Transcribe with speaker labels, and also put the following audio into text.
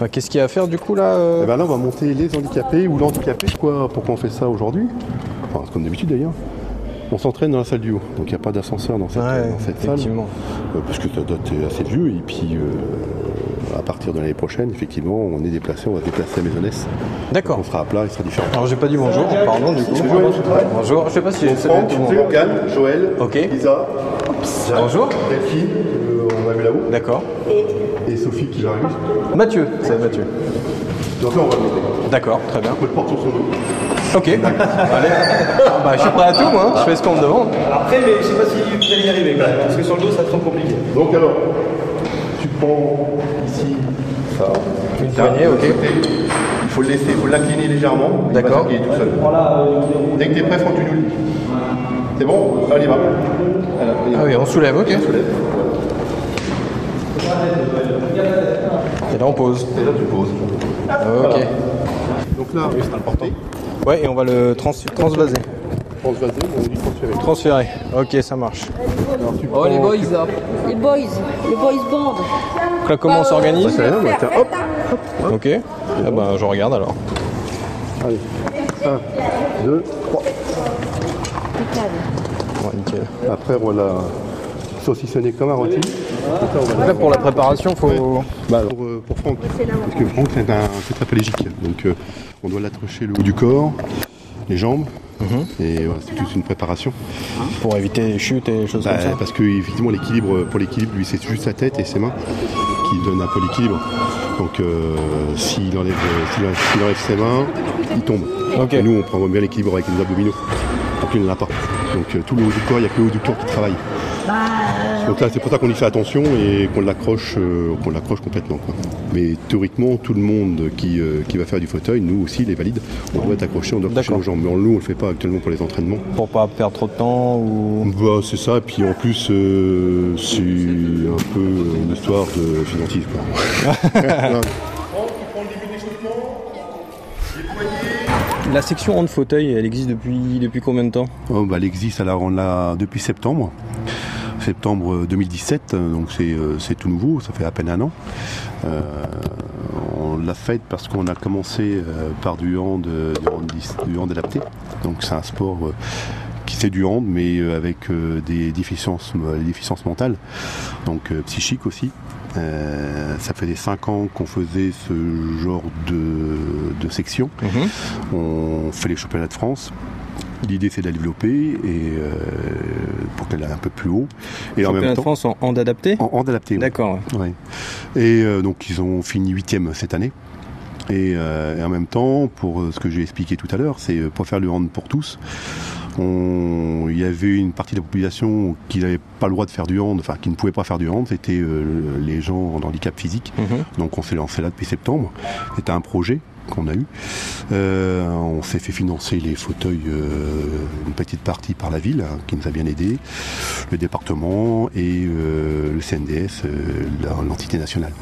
Speaker 1: Bah, Qu'est-ce qu'il y a à faire du coup là euh
Speaker 2: Et ben là, on va monter les handicapés ou l'handicapé. Pourquoi, pourquoi on fait ça aujourd'hui Enfin, comme d'habitude d'ailleurs. On s'entraîne dans la salle du haut, donc il n'y a pas d'ascenseur dans cette,
Speaker 1: Eh ben, Ouais,
Speaker 2: dans cette salle.
Speaker 1: effectivement.
Speaker 2: Euh, parce que ça doit être assez vieux. Et puis, euh, à partir de l'année prochaine, effectivement, on est déplacé, on va déplacer la maisonnesse.
Speaker 1: D'accord.
Speaker 2: On sera à plat, il sera différent.
Speaker 1: Alors j'ai pas dit bonjour, pardon du coup.
Speaker 2: Bonjour.
Speaker 1: Bonjour, je sais pas si j'ai salué
Speaker 2: Franck,
Speaker 1: tout le monde.
Speaker 2: Morgane, Joël,
Speaker 1: Ok.
Speaker 2: Lisa,
Speaker 1: Bonjour.
Speaker 2: Delphine, euh, on l'a vu là-haut,
Speaker 1: D'accord.
Speaker 2: et Sophie qui arrive.
Speaker 1: Mathieu, c'est Mathieu.
Speaker 2: Donc là, on va le monter.
Speaker 1: D'accord, très bien.
Speaker 2: On le porte sur son dos.
Speaker 1: Ok. Allez. Bah, je suis prêt à tout moi, je fais ce qu'on me demande.
Speaker 3: Après, mais je sais pas si vous allez y arriver, quand même, parce que sur le dos, ça te semble compliqué.
Speaker 2: Donc alors, tu prends ici ça.
Speaker 1: Une
Speaker 2: ça,
Speaker 1: poignée,
Speaker 2: de
Speaker 1: ok.
Speaker 2: côté. Il faut le laisser, il faut l'incliner légèrement. il va
Speaker 1: D'accord.
Speaker 2: s'incliner tout seul. Dès que t'es prêt, Franck, tu nous le dis. C'est bon Allez, va. Voilà, on y va.
Speaker 1: Ah oui, on soulève, ok.
Speaker 2: Tu lèves.
Speaker 1: Et là on pose.
Speaker 2: Et là, tu poses.
Speaker 1: Ok.
Speaker 2: Donc là, c'est important.
Speaker 1: Ouais, et on va le trans transvaser.
Speaker 2: Transvaser, on dit transférer.
Speaker 1: Transférer. Ok, ça marche.
Speaker 4: Oh les boys là
Speaker 5: Les boys, le boys band.
Speaker 1: Donc là, comment on s'organise
Speaker 2: C'est la même, tiens, hop.
Speaker 1: Ok. Ah bah, je regarde alors.
Speaker 2: Allez. 1, 2, 3.
Speaker 1: Ouais, nickel.
Speaker 2: Après, on va la saucissonner comme un rôti.
Speaker 1: Là, pour la préparation, faut.
Speaker 2: pour, euh, pour Franck. Parce que Franck, c'est un- c'est très pélégique. Donc, euh, on doit l'accrocher le haut du corps, les jambes. Et voilà, c'est toute une préparation.
Speaker 1: Pour éviter les chutes et les choses
Speaker 2: Bah,
Speaker 1: comme ça.
Speaker 2: parce que effectivement l'équilibre pour l'équilibre lui c'est juste sa tête et ses mains qui donnent un peu l'équilibre. Donc euh, s'il enlève, s'il enlève- s'il enlève ses mains, il tombe.
Speaker 1: Ok.
Speaker 2: Et nous on prend bien l'équilibre avec les abdominaux. Donc il n'en a pas. Donc euh, tout le haut du corps, il n'y a que le haut du corps qui travaille. Donc là c'est pour ça qu'on y fait attention et qu'on l'accroche, euh, qu'on l'accroche complètement. quoi. Mais théoriquement tout le monde qui, euh, qui va faire du fauteuil, nous aussi les valides, on doit être accroché, on doit accrocher
Speaker 1: D'accord.
Speaker 2: nos jambes. Mais nous on le fait pas actuellement pour les entraînements.
Speaker 1: Pour pas perdre trop de temps ou.
Speaker 2: Bah, c'est ça, et puis en plus, euh, c'est un peu une histoire de financisme.
Speaker 1: La section hand fauteuil, elle existe depuis, depuis combien de temps
Speaker 2: oh, bah, L'Exis, alors on l'a depuis septembre, septembre 2017, euh, donc c'est euh, c'est tout nouveau, ça fait à peine un an. Euh, on l'a fait parce qu'on a commencé euh, par du hand, euh, du hand, dis- du hand adapté, donc c'est un sport euh, qui c'est du hand, mais euh, avec euh, des déficiences, euh, des déficiences mentales, donc euh, psychiques aussi. Euh, ça faisait 5 ans qu'on faisait ce genre de, de section. On fait les championnats de France. L'idée c'est de la développer et euh, pour qu'elle aille un peu plus haut. Et en
Speaker 1: Championnat
Speaker 2: même
Speaker 1: de
Speaker 2: temps,
Speaker 1: France en hand adapté
Speaker 2: en, en adapté. ouais.
Speaker 1: D'accord.
Speaker 2: Ouais. Et euh, donc ils ont fini huitième cette année. Et, euh, et en même temps, pour euh, ce que j'ai expliqué tout à l'heure, c'est euh, pour faire le hand pour tous. On- Il y avait une partie de la population qui n'avait pas le droit de faire du hand, enfin qui ne pouvait pas faire du hand, c'était euh, les gens en handicap physique.
Speaker 1: Mhm.
Speaker 2: Donc on s'est lancé là depuis septembre. C'était un projet qu'on a eu. Euh, on s'est fait financer les fauteuils, euh, une petite partie par la ville, hein, qui nous a bien aidés, le département et euh, le CNDS, euh, la- l'entité nationale.